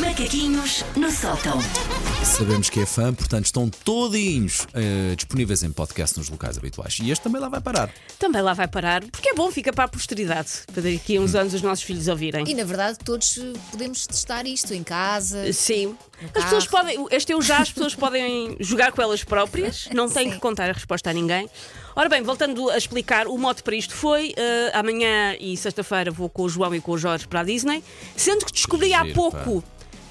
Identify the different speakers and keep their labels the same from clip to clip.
Speaker 1: Macaquinhos no sótão.
Speaker 2: Sabemos que é fã, portanto estão todinhos eh, disponíveis em podcast nos locais habituais. E este também lá vai parar.
Speaker 3: Também lá vai parar, porque é bom, fica para a posteridade, para daqui a uns anos os nossos filhos ouvirem.
Speaker 4: E na verdade todos eh, podemos testar isto em casa.
Speaker 3: Sim. As
Speaker 4: carro.
Speaker 3: pessoas podem, este eu já, as pessoas podem jogar com elas próprias, não têm que contar a resposta a ninguém. Ora bem, voltando a explicar, o mote para isto foi: eh, amanhã e sexta-feira vou com o João e com o Jorge para a Disney, sendo que descobri há
Speaker 2: Giro,
Speaker 3: pouco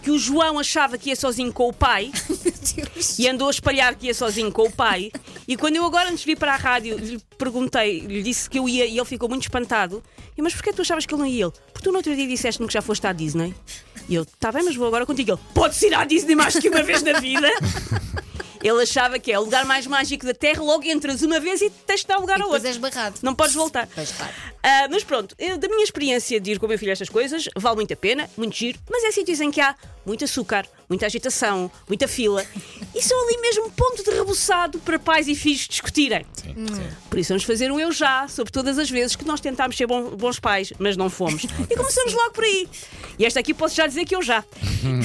Speaker 3: que o João achava que ia sozinho com o pai
Speaker 4: Meu Deus.
Speaker 3: e andou a espalhar que ia sozinho com o pai. E quando eu agora antes de vir para a rádio lhe perguntei, lhe disse que eu ia e ele ficou muito espantado. E, mas porquê tu achavas que ele não ia? Ele, porque tu no outro dia disseste-me que já foste à Disney. E eu, tá bem, mas vou agora contigo. Ele, podes ir à Disney mais que uma vez na vida? Ele achava que é o lugar mais mágico da Terra, logo entras uma vez e tens de dar lugar
Speaker 4: E
Speaker 3: ao
Speaker 4: depois
Speaker 3: outro.
Speaker 4: és barrado.
Speaker 3: é Não podes voltar.
Speaker 4: Pois claro.
Speaker 3: Ah, mas pronto, eu- da minha experiência de ir com o meu filho a estas coisas, vale muito a pena, muito giro, mas é sítios em que há muito açúcar, muita agitação, muita fila. E são ali mesmo um ponto de reboçado para pais e filhos discutirem.
Speaker 2: Sim,
Speaker 4: Hum.
Speaker 2: sim.
Speaker 3: Por isso vamos fazer um eu já, sobre todas as vezes que nós tentámos ser bom- bons pais, mas não fomos. E começamos logo por aí. E esta aqui posso já dizer que eu já.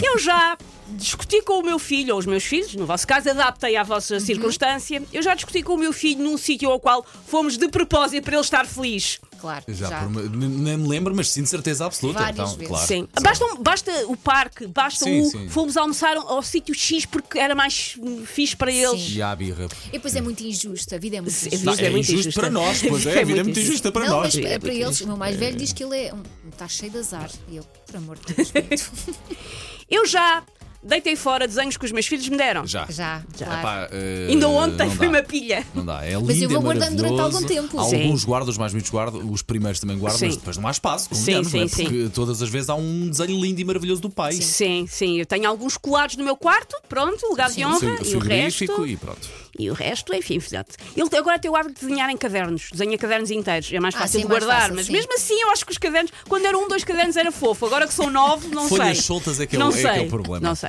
Speaker 3: Eu já discuti com o meu filho, ou os meus filhos, no vosso caso, adaptei à vossa
Speaker 2: Uhum.
Speaker 3: circunstância. Eu já discuti com o meu filho num sítio ao qual fomos de propósito para ele estar feliz.
Speaker 4: Claro.
Speaker 2: Já,
Speaker 4: Já.
Speaker 2: por uma- n- nem me lembro, mas sim de certeza absoluta.
Speaker 4: Várias
Speaker 2: então,
Speaker 4: vezes.
Speaker 2: claro.
Speaker 3: Sim. Basta, um- basta o parque, basta
Speaker 2: Sim,
Speaker 3: o.
Speaker 2: sim.
Speaker 3: Fomos almoçar ao, ao sítio X porque era mais hum, fixe para eles.
Speaker 2: E há a birra.
Speaker 4: E depois é muito injusto, a vida é muito
Speaker 3: Sim,
Speaker 4: injusta.
Speaker 2: Não,
Speaker 3: Isto é
Speaker 2: é
Speaker 3: muito
Speaker 2: injusto
Speaker 3: injusto.
Speaker 2: para nós, pois é, a
Speaker 3: É
Speaker 2: vida é
Speaker 3: muito
Speaker 2: muito
Speaker 3: injusta.
Speaker 2: injusta para
Speaker 4: Não,
Speaker 2: nós.
Speaker 4: mas é,
Speaker 3: É muito
Speaker 4: para eles,
Speaker 3: injusto.
Speaker 4: o meu mais velho diz que ele é um. Está cheio de azar. E eu, por amor de Deus, muito.
Speaker 3: Eu já deitei fora desenhos que os meus filhos me deram.
Speaker 2: Já.
Speaker 4: Já,
Speaker 2: Já.
Speaker 4: claro.
Speaker 2: Epá, eh,
Speaker 3: Ainda ontem
Speaker 2: não
Speaker 3: foi
Speaker 2: dá.
Speaker 3: uma pilha.
Speaker 2: Não dá, é lindo
Speaker 4: eu vou
Speaker 2: é
Speaker 4: guardando durante
Speaker 2: maravilhoso.
Speaker 4: algum tempo.
Speaker 2: Há
Speaker 3: Sim.
Speaker 2: Alguns guardo, os mais muitos guardo, os primeiros também guardo, mas
Speaker 3: Sim.
Speaker 2: depois não há espaço.
Speaker 3: Sim,
Speaker 2: convenhamos, não é?
Speaker 3: sim,
Speaker 2: Porque todas as vezes há um desenho lindo e maravilhoso do pai.
Speaker 3: Sim, sim. Eu tenho alguns colados no meu quarto, pronto, lugar de honra, e o resto.
Speaker 2: frigorífico e pronto.
Speaker 3: E o resto, enfim, filhote. Ele tem- agora tem o hábito de desenhar em cadernos, desenha cadernos inteiros. É mais
Speaker 4: Ah,
Speaker 3: fácil
Speaker 4: sim,
Speaker 3: de
Speaker 4: mais
Speaker 3: guardar,
Speaker 4: fácil,
Speaker 3: mas
Speaker 4: sim.
Speaker 3: mesmo assim eu acho que os cadernos, quando eram um, dois cadernos era fofo, agora que são nove, não
Speaker 2: Folhas
Speaker 3: sei.
Speaker 2: soltas é que é
Speaker 3: não
Speaker 2: o- é que é o
Speaker 3: sei,
Speaker 2: problema.
Speaker 3: Não sei.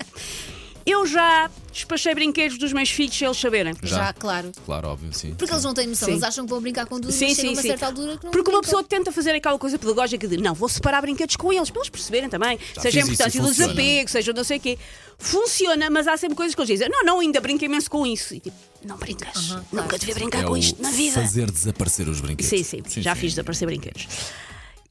Speaker 3: Eu já despachei brinquedos dos meus filhos, se eles saberem.
Speaker 2: Já.
Speaker 4: Já, claro.
Speaker 2: Claro, óbvio, sim.
Speaker 4: Porque eles não têm noção,
Speaker 3: Sim.
Speaker 4: eles acham que vão brincar com tudo
Speaker 3: Sim,
Speaker 4: e chega
Speaker 3: sim,
Speaker 4: uma
Speaker 3: sim.
Speaker 4: certa altura que não
Speaker 3: Porque uma
Speaker 4: brincam.
Speaker 3: pessoa tenta fazer aquela coisa pedagógica de não, vou separar brinquedos com eles, para eles perceberem também, seja a
Speaker 2: Tá, fiz isso e
Speaker 3: importância do
Speaker 2: funciona.
Speaker 3: desapego, seja não sei o quê. Funciona, mas há sempre coisas que eles dizem, não, não, ainda brinca imenso com isso. E tipo, não brincas, nunca devia
Speaker 4: tá
Speaker 3: brincar
Speaker 2: É
Speaker 3: com
Speaker 2: o
Speaker 3: isto na vida.
Speaker 2: Fazer desaparecer os brinquedos.
Speaker 3: Sim, sim, já fiz desaparecer brinquedos.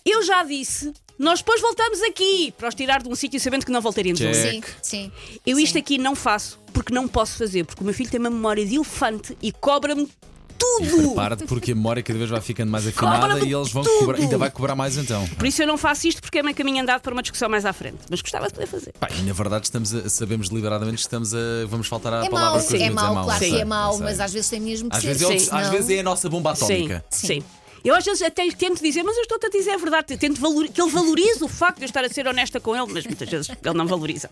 Speaker 3: Eu já disse, nós depois voltamos aqui para os tirar de um sítio sabendo que não voltaríamos a um.
Speaker 2: Check.
Speaker 4: Sim, sim.
Speaker 3: Eu isto é
Speaker 4: sim.
Speaker 3: aqui não faço porque não posso fazer, porque o meu filho tem uma memória de elefante e cobra-me
Speaker 2: E
Speaker 3: tudo.
Speaker 2: prepara-te porque a memória cada vez vai ficando mais afinada
Speaker 3: Cobra-me
Speaker 2: e eles vão
Speaker 3: tudo.
Speaker 2: cobrar, ainda vai cobrar mais então.
Speaker 3: Por isso eu não faço isto porque é meio caminho andado para uma discussão mais à frente. Mas gostava de poder fazer.
Speaker 2: Pá, e na verdade estamos a- sabemos deliberadamente que estamos a. Vamos faltar à
Speaker 4: É mau,
Speaker 2: palavra com os
Speaker 4: é
Speaker 2: miúdos,
Speaker 4: mau, claro
Speaker 2: sei,
Speaker 4: que é
Speaker 2: eu
Speaker 4: mau,
Speaker 2: sei.
Speaker 4: mas às vezes tem mesmo que
Speaker 2: Às
Speaker 4: ser.
Speaker 2: vezes, é o-
Speaker 3: Sim.
Speaker 2: às
Speaker 4: senão-
Speaker 2: vezes é a nossa bomba atómica.
Speaker 3: Sim,
Speaker 4: Sim.
Speaker 3: sim. Eu às vezes até lhe tento dizer, mas eu estou-te a dizer a verdade. Tento valor- que ele valorize o facto de eu estar a ser honesta com ele, mas muitas vezes ele não valoriza.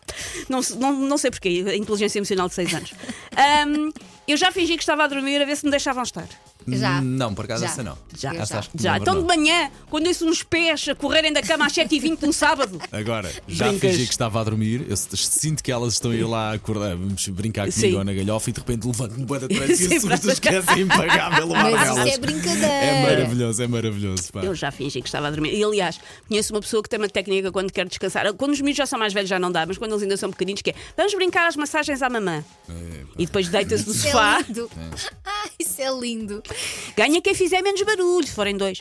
Speaker 3: Não, se- não, não sei porquê, a inteligência emocional de 6 anos. Ahm, eu já fingi que estava a dormir a ver se me deixavam estar.
Speaker 4: Já.
Speaker 2: é- Não, por acaso
Speaker 4: Já.
Speaker 2: essa não.
Speaker 4: Já.
Speaker 2: Essa acho que
Speaker 3: Já.
Speaker 2: não, é
Speaker 3: Então de
Speaker 2: não.
Speaker 3: manhã, quando ouço uns pés a correrem da cama às 7h20 de um sábado.
Speaker 2: Agora, já
Speaker 3: Brincas.
Speaker 2: fingi que estava a dormir, eu s- sinto que elas estão a ir lá acordar, vamos brincar comigo
Speaker 3: Sim.
Speaker 2: ou na galhofa e de repente levanto-me bué da trás e
Speaker 3: Sim,
Speaker 2: assusto os
Speaker 3: para-
Speaker 2: cães é impagável lá
Speaker 4: Mas isso
Speaker 2: delas.
Speaker 4: é brincadeira.
Speaker 2: É maravilhoso, é maravilhoso. Pá.
Speaker 3: Eu já fingi que estava a dormir. E aliás, conheço uma pessoa que tem uma técnica quando quer descansar. Quando os miúdos já são mais velhos já não dá, mas quando eles ainda são pequeninos, que é vamos brincar às massagens à mamã. E depois deita-se no
Speaker 4: Isso é
Speaker 3: sofá.
Speaker 4: lindo. Ah, isso é lindo.
Speaker 3: Ganha quem fizer menos barulho, se forem dois.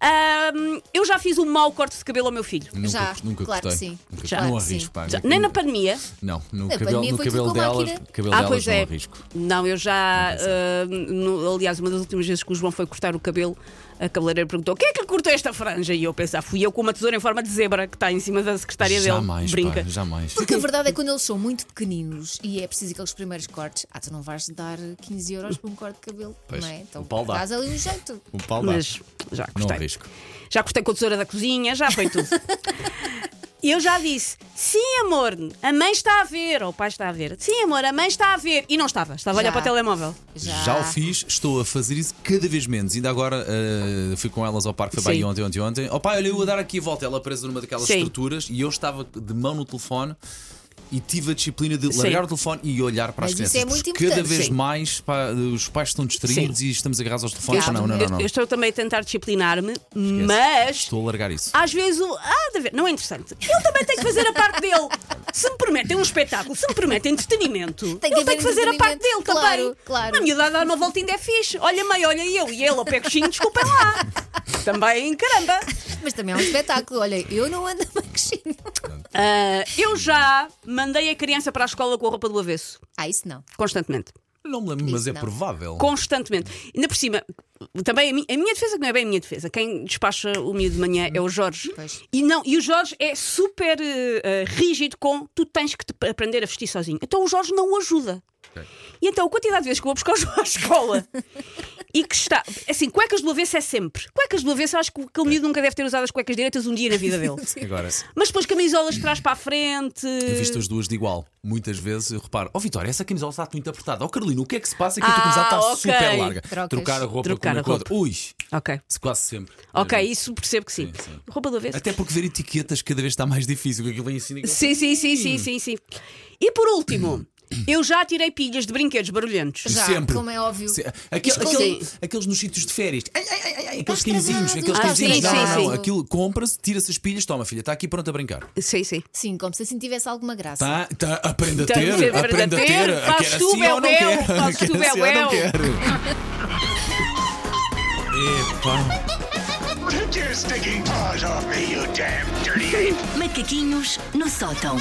Speaker 3: Ahm, eu já fiz um mau corte de cabelo ao meu filho.
Speaker 2: Nunca,
Speaker 4: Já,
Speaker 2: nunca
Speaker 4: claro que
Speaker 2: gostei.
Speaker 4: sim.
Speaker 2: Nunca-
Speaker 4: Já.
Speaker 2: Não
Speaker 4: Claro que
Speaker 2: arrisco, pá.
Speaker 3: Já- nem na pandemia.
Speaker 2: Não, no
Speaker 4: Na
Speaker 2: cabelo,
Speaker 4: pandemia
Speaker 2: no
Speaker 4: foi tudo
Speaker 2: cabelo
Speaker 4: com a
Speaker 2: delas,
Speaker 4: máquina.
Speaker 2: cabelo
Speaker 3: ah,
Speaker 2: delas
Speaker 3: pois
Speaker 2: não
Speaker 3: é.
Speaker 2: arrisco.
Speaker 3: Não, eu já. ahm, no- aliás, uma das últimas vezes que o João foi cortar o cabelo, a cabeleireira perguntou: quem é que lhe cortou esta franja? E eu pensava: fui eu com uma tesoura em forma de zebra que está em cima da secretária
Speaker 2: Jamais,
Speaker 3: dele.
Speaker 2: pá,
Speaker 3: Brinca.
Speaker 2: jamais.
Speaker 4: Porque a verdade é que quando eles são muito pequeninos e é preciso aqueles primeiros cortes, ah, tu não vais dar 15 euros por um corte de cabelo,
Speaker 2: Pois,
Speaker 4: não é?
Speaker 2: o Paulo dá.
Speaker 4: dás ali um jeito.
Speaker 2: O pau dá.
Speaker 3: Mas já
Speaker 2: Não
Speaker 3: cortei.
Speaker 2: arrisco.
Speaker 3: Já cortei com a tesoura da cozinha, já foi tudo. E eu já disse, sim, amor, a mãe está a ver, ou o pai está a ver. Sim, amor, a mãe está a ver. E não estava, estava a olhar para
Speaker 4: Já.
Speaker 3: o telemóvel.
Speaker 4: Já,
Speaker 2: Já o fiz, estou a fazer isso cada vez menos. Ainda agora eh, fui com elas ao parque, foi
Speaker 3: Sim.
Speaker 2: bem ontem, ontem, ontem. Oh, pá, olha, eu a dar aqui a volta, ela presa numa daquelas
Speaker 3: Sim.
Speaker 2: estruturas e eu estava de mão no telefone E tive a disciplina de
Speaker 3: Sim.
Speaker 2: largar o telefone e olhar para as
Speaker 4: Mas
Speaker 2: crianças.
Speaker 4: isso é muito
Speaker 2: porque cada
Speaker 4: importante,
Speaker 2: vez
Speaker 4: sim.
Speaker 2: mais pá, os pais estão distraídos e estamos agarrados aos telefones.
Speaker 4: Claro.
Speaker 2: Ah, Não, não, não. não.
Speaker 3: Eu, eu estou também a tentar disciplinar-me, mas
Speaker 2: Estou a largar isso.
Speaker 3: às vezes o. Ah, de ver- não é interessante. Ele também tem que fazer a parte dele. Se me prometem um espetáculo, se me prometem entretenimento,
Speaker 4: Tem que
Speaker 3: ele tem
Speaker 4: haver
Speaker 3: que fazer a parte dele também.
Speaker 4: entretenimento, claro, claro.
Speaker 3: Na minha idade, dar uma volta ainda é fixe. Olha, mãe, olha eu e ele, ao pé coxinho, desculpem lá. Também, caramba.
Speaker 4: Mas também é um espetáculo. Olha, eu não ando a coxinha.
Speaker 3: Ah, eu já mandei a criança para a escola com a roupa do avesso,
Speaker 4: Ah, isso não.
Speaker 3: constantemente.
Speaker 2: Não me lembro, mas
Speaker 4: Isso
Speaker 2: é
Speaker 4: não.
Speaker 2: provável.
Speaker 3: Constantemente. Ainda por cima, também a, mi- a minha defesa, que não é bem a minha defesa, quem despacha o miúdo de manhã é o Jorge.
Speaker 4: Pois.
Speaker 3: E não, e o Jorge é super eh, eh, rígido com tu tens que te aprender a vestir sozinho. Então o Jorge não o ajuda.
Speaker 2: Ok.
Speaker 3: E então a quantidade de vezes que eu vou buscar o Jorge à escola e que está. Assim, cuecas do avesso é sempre. Cuecas do avesso, eu acho que aquele miúdo nunca deve ter usado as cuecas direitas um dia na vida dele.
Speaker 2: Agora,
Speaker 3: Mas depois camisolas de trás para a frente.
Speaker 2: eu visto as duas de igual. Muitas vezes eu reparo, oh Vitória, essa camisola está muito apertada. Oh Carolina, o que é que se passa? Que a tua
Speaker 3: Ah,
Speaker 2: camisola está
Speaker 3: ok.
Speaker 2: super larga.
Speaker 4: Trocas.
Speaker 2: Trocar a roupa
Speaker 3: Trocar
Speaker 2: com uma
Speaker 3: a
Speaker 2: com a outra. Ui,
Speaker 3: Ok.
Speaker 2: se quase sempre.
Speaker 3: Ok,
Speaker 2: Mesmo.
Speaker 3: isso percebo que sim.
Speaker 2: Uhum. Sim, sim.
Speaker 3: Roupa do avesso.
Speaker 2: Até porque ver etiquetas cada vez está mais difícil. que Aquilo vem assim. naquele-
Speaker 3: Sim, sim, sim, sim, sim, sim. E por último, eu já tirei pilhas de brinquedos barulhentos.
Speaker 4: Já,
Speaker 2: sempre.
Speaker 4: como é óbvio.
Speaker 2: Se- aquele-
Speaker 3: Esconde-
Speaker 2: aquele-
Speaker 3: Sim.
Speaker 2: aqueles nos sítios de férias. Ai, ai, ai, ai, aqueles
Speaker 4: estragado,
Speaker 2: quinzinhos. Aqueles
Speaker 3: está
Speaker 2: quinzinhos. Não,
Speaker 3: estragado.
Speaker 2: não, não.
Speaker 3: Sim, sim.
Speaker 2: Aquilo compra-se, tira-se as pilhas. Toma, filha, está aqui pronto a brincar.
Speaker 3: Sim, sim.
Speaker 4: Sim, como se assim tivesse alguma graça.
Speaker 2: Tá, tá, aprende a
Speaker 3: Tá,
Speaker 2: ter,
Speaker 3: aprende a
Speaker 2: aprende a
Speaker 3: ter,
Speaker 2: ter.
Speaker 3: fazes
Speaker 2: Quer
Speaker 3: tu,
Speaker 2: assim
Speaker 3: Bel
Speaker 2: ou não
Speaker 3: Bel,
Speaker 2: quer?
Speaker 3: fazes
Speaker 2: Quer
Speaker 3: tu, Bel
Speaker 2: assim ou não
Speaker 3: Bel.
Speaker 2: quer? Epá.
Speaker 5: Take your stinking paws off me, you damn dirty ape!
Speaker 1: Macaquinhos no sótão.